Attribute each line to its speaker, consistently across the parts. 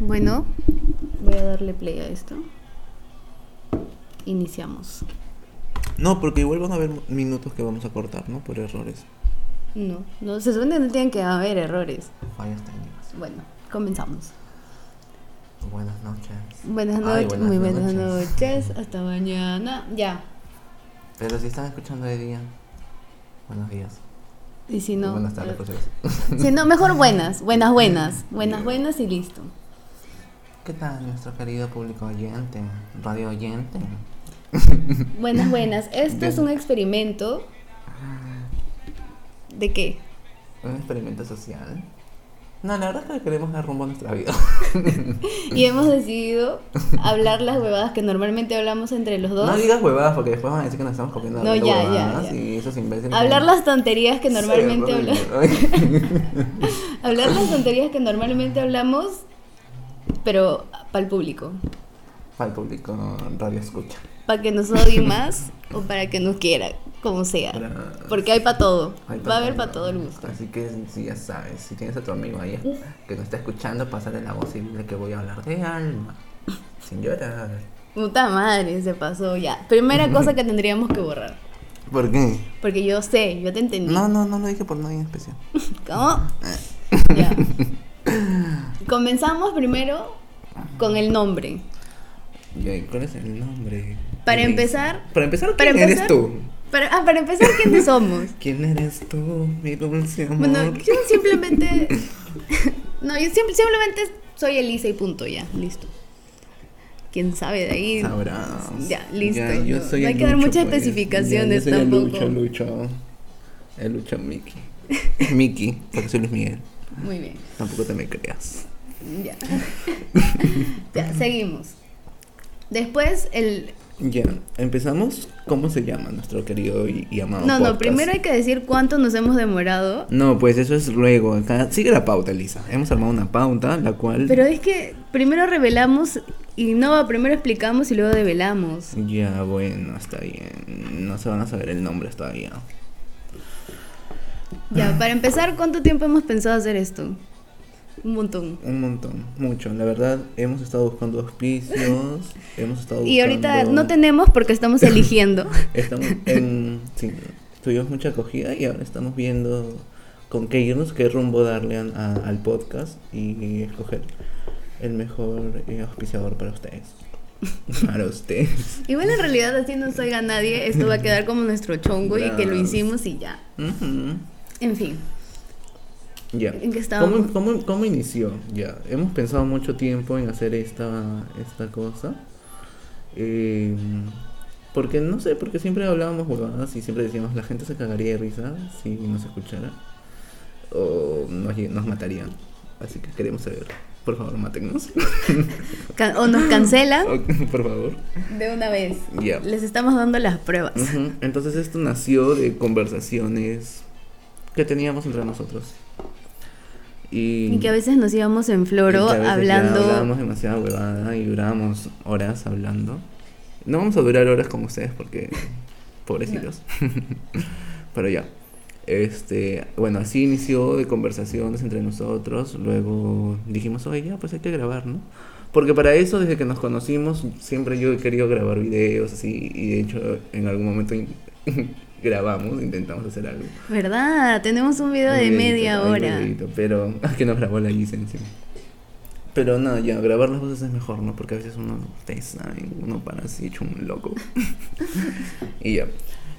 Speaker 1: Bueno,
Speaker 2: Voy a darle play a esto. Iniciamos.
Speaker 3: No, porque igual van a haber minutos que vamos a cortar, ¿no? Por errores.
Speaker 2: No, no, se supone que no tienen que haber errores.
Speaker 3: Fallas técnicas.
Speaker 2: Bueno, comenzamos.
Speaker 3: Buenas noches.
Speaker 2: Buenas
Speaker 3: Ay,
Speaker 2: noches,
Speaker 3: buenas
Speaker 2: muy buenas
Speaker 3: noches.
Speaker 2: noches, hasta mañana. Ya,
Speaker 3: Pero si están escuchando de día, buenos días.
Speaker 2: y si no.
Speaker 3: Buenas tardes, pues.
Speaker 2: eh,
Speaker 3: por si acaso.
Speaker 2: si no, mejor buenas, buenas, buenas, buenas, buenas y listo.
Speaker 3: ¿Qué tal nuestro querido público oyente? Radio oyente.
Speaker 2: Buenas, buenas. Esto es un experimento. ¿De qué?
Speaker 3: Un experimento social. No, la verdad es que queremos dar rumbo a nuestra vida.
Speaker 2: Y hemos decidido hablar las huevadas que normalmente hablamos entre los dos.
Speaker 3: No digas huevadas porque después van a decir que nos estamos copiando
Speaker 2: No,
Speaker 3: hablando
Speaker 2: ya, ya,
Speaker 3: huevadas
Speaker 2: ya.
Speaker 3: y esos imbéciles.
Speaker 2: Hablar las tonterías que normalmente hablamos.
Speaker 3: hablamos.
Speaker 2: Hablar las tonterías que normalmente hablamos, pero para el público.
Speaker 3: Para el público radio escucha.
Speaker 2: Para que nos odien más o para que nos quieran, como sea.
Speaker 3: Para-
Speaker 2: Porque hay para todo.
Speaker 3: Hay
Speaker 2: Va a haber
Speaker 3: todo.
Speaker 2: para todo el gusto.
Speaker 3: Así que si ya sabes, si tienes a tu amigo ahí que no está escuchando, pásale la voz y dile que voy a hablar de alma. Sin llorar.
Speaker 2: Puta madre, se pasó ya. Primera cosa que tendríamos que borrar.
Speaker 3: ¿Por qué?
Speaker 2: Porque yo sé, yo te entendí.
Speaker 3: No, no, no lo dije por nadie en especial.
Speaker 2: ¿Cómo? Ya. Comenzamos primero con el nombre.
Speaker 3: Ya, ¿y ¿Cuál es el nombre?
Speaker 2: Para
Speaker 3: Luis.
Speaker 2: empezar-
Speaker 3: Para empezar, ¿quién
Speaker 2: para
Speaker 3: eres
Speaker 2: empezar-
Speaker 3: tú?
Speaker 2: Para, ah, para empezar, ¿quiénes somos?
Speaker 3: ¿Quién eres tú, mi dulce amor?
Speaker 2: Bueno, yo simplemente. No, yo simple- simplemente soy Elisa y punto, ya, listo. Quién sabe de ahí.
Speaker 3: Sabrás.
Speaker 2: Ya, listo,
Speaker 3: Ya, yo
Speaker 2: no,
Speaker 3: soy
Speaker 2: no hay
Speaker 3: el
Speaker 2: que dar
Speaker 3: Lucho,
Speaker 2: muchas
Speaker 3: pues.
Speaker 2: especificaciones
Speaker 3: Ya, yo soy el
Speaker 2: tampoco.
Speaker 3: Lucho, Lucho. El Lucho Mickey. Mickey, porque soy Luis Miguel.
Speaker 2: Muy bien,
Speaker 3: Tampoco te me creas.
Speaker 2: ya. ya, seguimos. Después, el.
Speaker 3: Ya, empezamos. ¿Cómo se llama nuestro querido y, y amado?
Speaker 2: No, no,
Speaker 3: Ah, podcast?
Speaker 2: primero hay que decir cuánto nos hemos demorado.
Speaker 3: No, pues eso es luego. Acá sigue la pauta, Lisa. Hemos armado una pauta, la cual.
Speaker 2: Pero es que primero revelamos y no, primero explicamos y luego develamos.
Speaker 3: Ya, bueno, está bien. No se van a saber el nombre todavía.
Speaker 2: Ya, para empezar, ¿cuánto tiempo hemos pensado hacer esto? Un montón.
Speaker 3: Un montón, mucho. La verdad, hemos estado buscando auspicios. hemos estado buscando.
Speaker 2: Y ahorita no tenemos porque estamos eligiendo.
Speaker 3: Estamos en. Sí, tuvimos mucha acogida y ahora estamos viendo con qué irnos, qué rumbo darle a- a- al podcast y escoger el mejor eh, auspiciador para ustedes. Para ustedes.
Speaker 2: Igual en realidad así no soy a nadie, esto va a quedar como nuestro chongo y que lo
Speaker 3: Bravos.
Speaker 2: hicimos y ya.
Speaker 3: Ujú.
Speaker 2: En fin,
Speaker 3: Ya.
Speaker 2: ¿En qué estábamos?
Speaker 3: ¿Cómo, cómo, cómo inició? Ya. Hemos pensado mucho tiempo en hacer esta, esta cosa. Eh, porque no sé, porque siempre hablábamos huevadas y siempre decíamos la gente se cagaría de risa si nos escuchara. O nos, lle- nos matarían. Así que queremos saber. Por favor, mátennos.
Speaker 2: Can- o nos cancelan
Speaker 3: Por favor.
Speaker 2: de una vez.
Speaker 3: Ya.
Speaker 2: Les estamos dando las pruebas.
Speaker 3: Ujú. Entonces esto nació de conversaciones que teníamos entre nosotros. Y,
Speaker 2: Y que a veces nos íbamos en floro
Speaker 3: Y que a veces ya
Speaker 2: hablando.
Speaker 3: Hablábamos demasiada huevada y durábamos horas hablando. No vamos a durar horas con ustedes porque. Pobrecitos. Pero ya. Este, bueno, así inició de conversaciones entre nosotros. Luego dijimos, oye, ya, pues hay que grabar, ¿no? Porque para eso, desde que nos conocimos, siempre yo he querido grabar videos así. Y de hecho, en algún momento in- grabamos, intentamos hacer algo.
Speaker 2: ¿Verdad? Tenemos un video
Speaker 3: Un
Speaker 2: de
Speaker 3: videíto,
Speaker 2: media
Speaker 3: un
Speaker 2: hora.
Speaker 3: videíto, pero ah, que nos grabó la licencia. Pero no, ya, grabar las voces es mejor, ¿no? Porque a veces uno, ustedes saben, uno para así hecho un loco. y ya.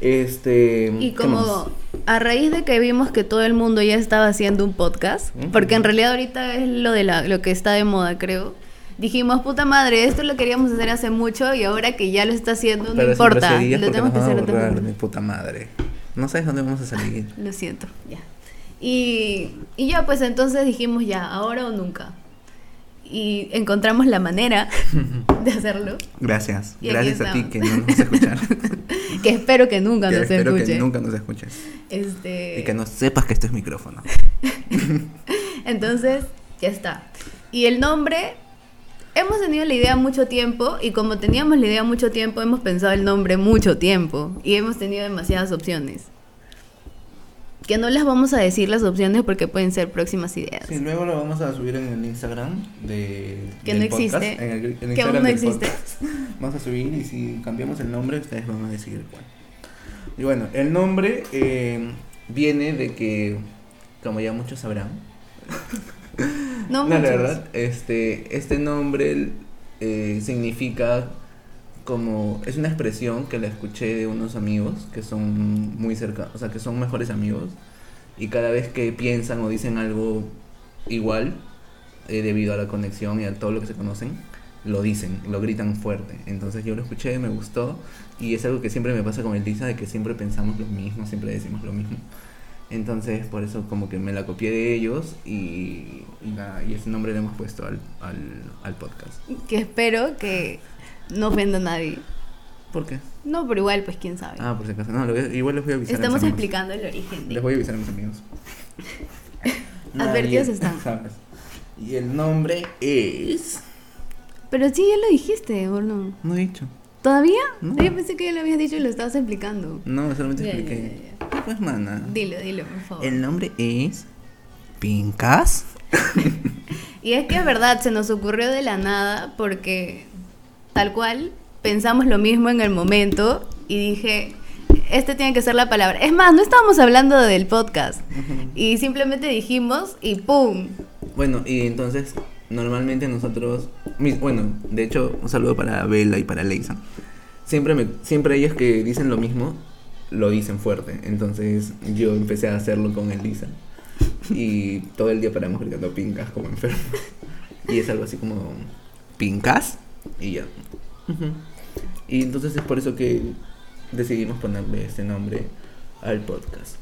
Speaker 3: Este.
Speaker 2: Y
Speaker 3: ¿qué
Speaker 2: como
Speaker 3: más?
Speaker 2: a raíz de que vimos que todo el mundo ya estaba haciendo un podcast,
Speaker 3: Ujú.
Speaker 2: porque en realidad ahorita es lo de la, lo que está de moda, creo. Dijimos, puta madre, esto lo queríamos hacer hace mucho y ahora que ya lo está haciendo, no
Speaker 3: Pero si
Speaker 2: importa.
Speaker 3: procedías,
Speaker 2: Lo
Speaker 3: ¿por qué
Speaker 2: tenemos que
Speaker 3: nos van
Speaker 2: hacer
Speaker 3: a
Speaker 2: de otra
Speaker 3: borrar,
Speaker 2: forma".
Speaker 3: mi puta madre. No sabes dónde vamos a salir.
Speaker 2: Lo siento, ya. Y, y ya, pues entonces dijimos, ya, ahora o nunca. Y encontramos la manera de hacerlo,
Speaker 3: Gracias.
Speaker 2: Y aquí
Speaker 3: Gracias a ti
Speaker 2: estamos.
Speaker 3: que no nos vas a escuchar.
Speaker 2: que espero que nunca
Speaker 3: Que
Speaker 2: nos
Speaker 3: espero
Speaker 2: escuche.
Speaker 3: que nunca nos escuches.
Speaker 2: Este,
Speaker 3: Y que no sepas que esto es micrófono.
Speaker 2: Entonces, ya está. Y el nombre, hemos tenido la idea mucho tiempo y como teníamos la idea mucho tiempo, hemos pensado el nombre mucho tiempo y hemos tenido demasiadas opciones. que no las vamos a decir las opciones porque pueden ser próximas ideas.
Speaker 3: Sí, luego lo vamos a subir en el Instagram de.
Speaker 2: Que
Speaker 3: del
Speaker 2: no
Speaker 3: podcast,
Speaker 2: existe.
Speaker 3: En el, en el
Speaker 2: Que aún
Speaker 3: Instagram
Speaker 2: no
Speaker 3: del
Speaker 2: existe.
Speaker 3: podcast. Vamos a subir y si cambiamos el nombre, ustedes van a decidir cuál. Y bueno, el nombre eh, viene de que, como ya muchos sabrán,
Speaker 2: No,
Speaker 3: no, la
Speaker 2: muchas.
Speaker 3: verdad, este, este nombre eh, significa como es una expresión que la escuché de unos amigos que son muy cerca, o sea, que son mejores amigos y cada vez que piensan o dicen algo igual eh, debido a la conexión y a todo lo que se conocen, lo dicen, lo gritan fuerte. Entonces yo lo escuché, me gustó y es algo que siempre me pasa con el Lisa de que siempre pensamos lo mismo, siempre decimos lo mismo. Entonces, por eso como que me la copié de ellos y, y nada, y ese nombre le hemos puesto al, al, al podcast.
Speaker 2: Que espero que no ofenda a nadie.
Speaker 3: ¿Por qué?
Speaker 2: No, pero igual, pues quién sabe.
Speaker 3: Ah, por si acaso. No, lo voy a- igual les voy a avisar. a mis
Speaker 2: Estamos
Speaker 3: amigos.
Speaker 2: explicando el origen. de-
Speaker 3: Les voy a avisar a mis amigos.
Speaker 2: Advertidos
Speaker 3: Nadie-
Speaker 2: están.
Speaker 3: ¿sabes? Y el nombre es...
Speaker 2: Pero sí, ya lo dijiste, Bruno.
Speaker 3: No he dicho.
Speaker 2: ¿Todavía?
Speaker 3: No.
Speaker 2: Yo pensé que ya lo habías dicho y lo estabas explicando.
Speaker 3: No, solamente
Speaker 2: Ya, ya,
Speaker 3: expliqué. Pues mana.
Speaker 2: Dilo, dilo, por favor.
Speaker 3: El nombre es... Pincas.
Speaker 2: Y es que es verdad, se nos ocurrió de la nada porque tal cual pensamos lo mismo en el momento y dije, este tiene que ser la palabra. Es más, no estábamos hablando del podcast y simplemente dijimos y ¡pum!
Speaker 3: Bueno, y entonces normalmente nosotros, mis- bueno, de hecho un saludo para Bella y para Leisa. Siempre me, siempre ellos que dicen lo mismo, lo dicen fuerte. Entonces yo empecé a hacerlo con Elisa. Y todo el día paramos gritando pincas como enfermos. Y es algo así como pincas y ya. Ujú. Y entonces es por eso que decidimos ponerle este nombre al podcast.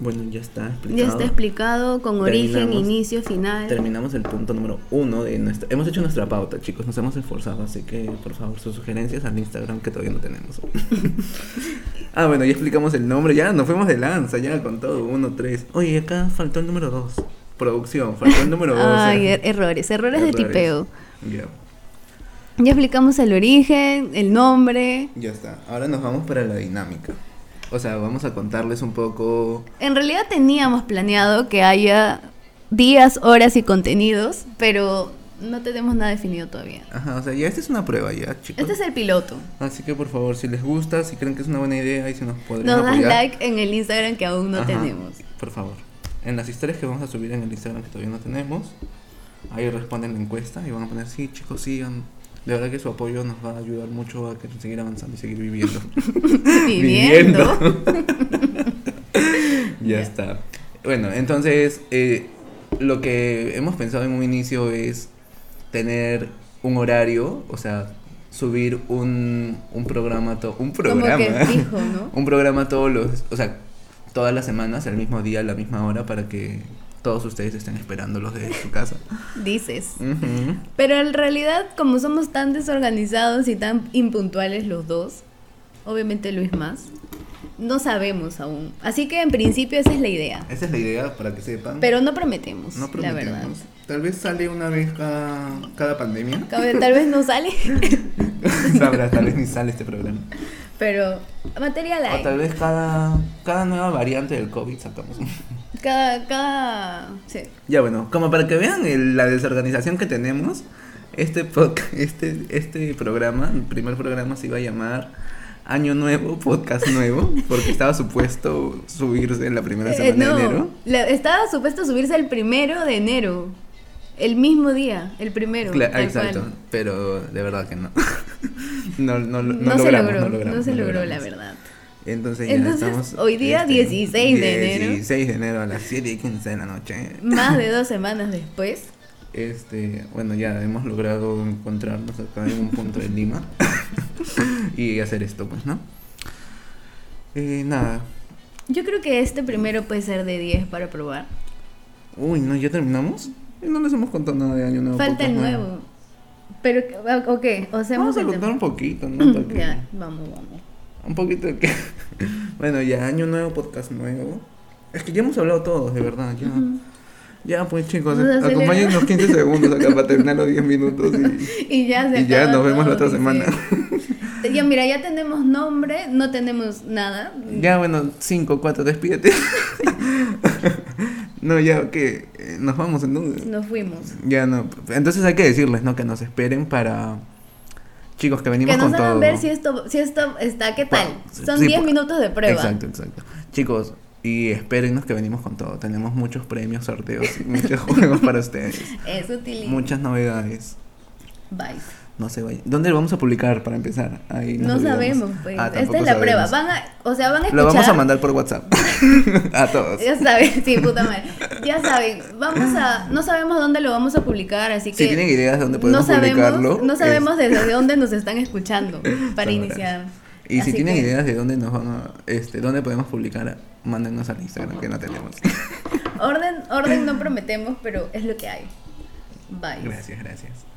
Speaker 3: Bueno, ya está
Speaker 2: Ya está explicado con origen,
Speaker 3: Terminamos.
Speaker 2: inicio, final.
Speaker 3: Terminamos el punto número uno de nuestra... Hemos hecho nuestra pauta, chicos. Nos hemos esforzado, así que por favor sus sugerencias al Instagram que todavía no tenemos. ah, bueno, ya explicamos el nombre. Ya nos fuimos de lanza, ya con todo. Uno, tres. Oye, acá faltó el número dos. Producción, faltó el número dos.
Speaker 2: Ay,
Speaker 3: ya.
Speaker 2: er- errores, errores de
Speaker 3: Errores.
Speaker 2: tipeo.
Speaker 3: Ya,
Speaker 2: Ya explicamos el origen, el nombre.
Speaker 3: ya está. Ahora nos vamos para la dinámica. O sea, vamos a contarles un poco...
Speaker 2: En realidad teníamos planeado que haya días, horas y contenidos, pero no tenemos nada definido todavía.
Speaker 3: Ajá, o sea, ya esta es una prueba, ya, chicos.
Speaker 2: Este es el piloto.
Speaker 3: Así que por favor, si les gusta, si creen que es una buena idea y si nos podrían
Speaker 2: Nos das
Speaker 3: apoyar.
Speaker 2: like en el Instagram que aún no
Speaker 3: Ajá,
Speaker 2: tenemos.
Speaker 3: Por favor. En las historias que vamos a subir en el Instagram que todavía no tenemos, ahí responden la encuesta y van a poner, sí, chicos, sigan. De verdad que su apoyo nos va a ayudar mucho a que seguir avanzando y seguir viviendo.
Speaker 2: Viviendo.
Speaker 3: ya está. Bueno, entonces, eh, lo que hemos pensado en un inicio es tener un horario, o sea, subir un, un programa, to- un programa.
Speaker 2: Como que fijo, ¿no?
Speaker 3: un programa todos los, o sea, todas las semanas, al mismo día, a la misma hora, para que todos ustedes estén esperándolos desde su casa.
Speaker 2: Dices.
Speaker 3: Ujú.
Speaker 2: Pero en realidad, como somos tan desorganizados y tan impuntuales los dos, obviamente Luis más, no sabemos aún. Así que en principio esa es la idea.
Speaker 3: Esa es la idea, para que sepan.
Speaker 2: Pero no prometemos,
Speaker 3: no
Speaker 2: la verdad.
Speaker 3: prometemos. Tal vez sale una vez cada, cada pandemia.
Speaker 2: Cabe- Tal vez no sale,
Speaker 3: Sabrás, tal vez ni sale este programa.
Speaker 2: pero material
Speaker 3: O tal
Speaker 2: hay.
Speaker 3: vez cada, cada nueva variante del COVID sacamos.
Speaker 2: Cada, cada... Sí.
Speaker 3: ya bueno, como para que vean el- la desorganización que tenemos, este, podca- este, este programa, el primer programa se iba a llamar Año Nuevo, Podcast Nuevo, porque estaba supuesto subirse en la primera
Speaker 2: Eh,
Speaker 3: semana
Speaker 2: no,
Speaker 3: de enero.
Speaker 2: la- estaba supuesto subirse el primero de enero. El mismo día, el primero.
Speaker 3: Cla-
Speaker 2: tal
Speaker 3: exacto,
Speaker 2: cual.
Speaker 3: pero de verdad que no. no, no, no,
Speaker 2: No,
Speaker 3: no
Speaker 2: se
Speaker 3: logramos,
Speaker 2: logró,
Speaker 3: no logramos,
Speaker 2: no se
Speaker 3: no
Speaker 2: logró, la
Speaker 3: logramos.
Speaker 2: verdad.
Speaker 3: Entonces ya
Speaker 2: Entonces,
Speaker 3: estamos.
Speaker 2: hoy día 16 de enero.
Speaker 3: 16 de enero a las 7 y 15 de la noche.
Speaker 2: Más de dos semanas después,
Speaker 3: Este, bueno, ya hemos logrado encontrarnos acá en un punto de Lima y hacer esto, pues, ¿no? Eh, nada.
Speaker 2: yo creo que este primero puede ser de 10 para probar.
Speaker 3: Uy, no, ya terminamos. Eh, No les hemos contado nada de año nuevo.
Speaker 2: Falta
Speaker 3: Podcast
Speaker 2: el nuevo. Pero, ah, ¿o qué? O sea,
Speaker 3: Vamos a
Speaker 2: hemos-
Speaker 3: contar un poquito, ¿no? Para que-
Speaker 2: Ya, vamos, vamos.
Speaker 3: Un poquito de que. bueno, ya año nuevo, podcast nuevo. Es que ya hemos hablado todos, de verdad. Ya, ya pues, chicos,
Speaker 2: Nos aceleramos.
Speaker 3: acompáñenos 15 segundos acá para terminar los 10 minutos y.
Speaker 2: Y ya se
Speaker 3: Y ya
Speaker 2: acaba
Speaker 3: nos vemos la
Speaker 2: todo,
Speaker 3: otra semana.
Speaker 2: dice. Ya, mira, ya tenemos nombre, no tenemos nada.
Speaker 3: Ya, bueno, 5, 4, despídete. no, ya, que nos vamos entonces.
Speaker 2: Nos fuimos.
Speaker 3: Ya no. Entonces hay que decirles, ¿no? Que nos esperen para. Chicos, que venimos
Speaker 2: Que nos
Speaker 3: con todo.
Speaker 2: hagan ver si esto, si esto está, ¿qué tal?
Speaker 3: Bueno,
Speaker 2: Son
Speaker 3: sí,
Speaker 2: 10
Speaker 3: por-
Speaker 2: minutos de prueba.
Speaker 3: Exacto, exacto. Chicos, y espérennos que venimos con todo. Tenemos muchos premios, sorteos, y muchos juegos para ustedes.
Speaker 2: Eso, Tili.
Speaker 3: Muchas novedades.
Speaker 2: Bye.
Speaker 3: No se vayan. ¿Dónde lo vamos a publicar para empezar? Ahí nos
Speaker 2: No
Speaker 3: olvidamos.
Speaker 2: sabemos, pues.
Speaker 3: Ah,
Speaker 2: Esta
Speaker 3: tampoco
Speaker 2: es la
Speaker 3: sabemos.
Speaker 2: prueba. Van a, o sea, van a escuchar.
Speaker 3: Lo vamos a mandar por WhatsApp. a todos.
Speaker 2: Ya saben, sí, puta madre. Ya saben, vamos a. No sabemos dónde lo vamos a publicar, así que.
Speaker 3: Si tienen ideas de dónde podemos
Speaker 2: no sabemos,
Speaker 3: publicarlo,
Speaker 2: No
Speaker 3: es-
Speaker 2: sabemos desde dónde nos están escuchando para
Speaker 3: Sabrás.
Speaker 2: iniciar.
Speaker 3: Y
Speaker 2: Así
Speaker 3: si tienen
Speaker 2: que-
Speaker 3: ideas de dónde nos van a, este, dónde podemos publicar, mándenos al Instagram que no tenemos.
Speaker 2: Orden, orden no prometemos, pero es lo que hay. Bye.
Speaker 3: gracias, gracias.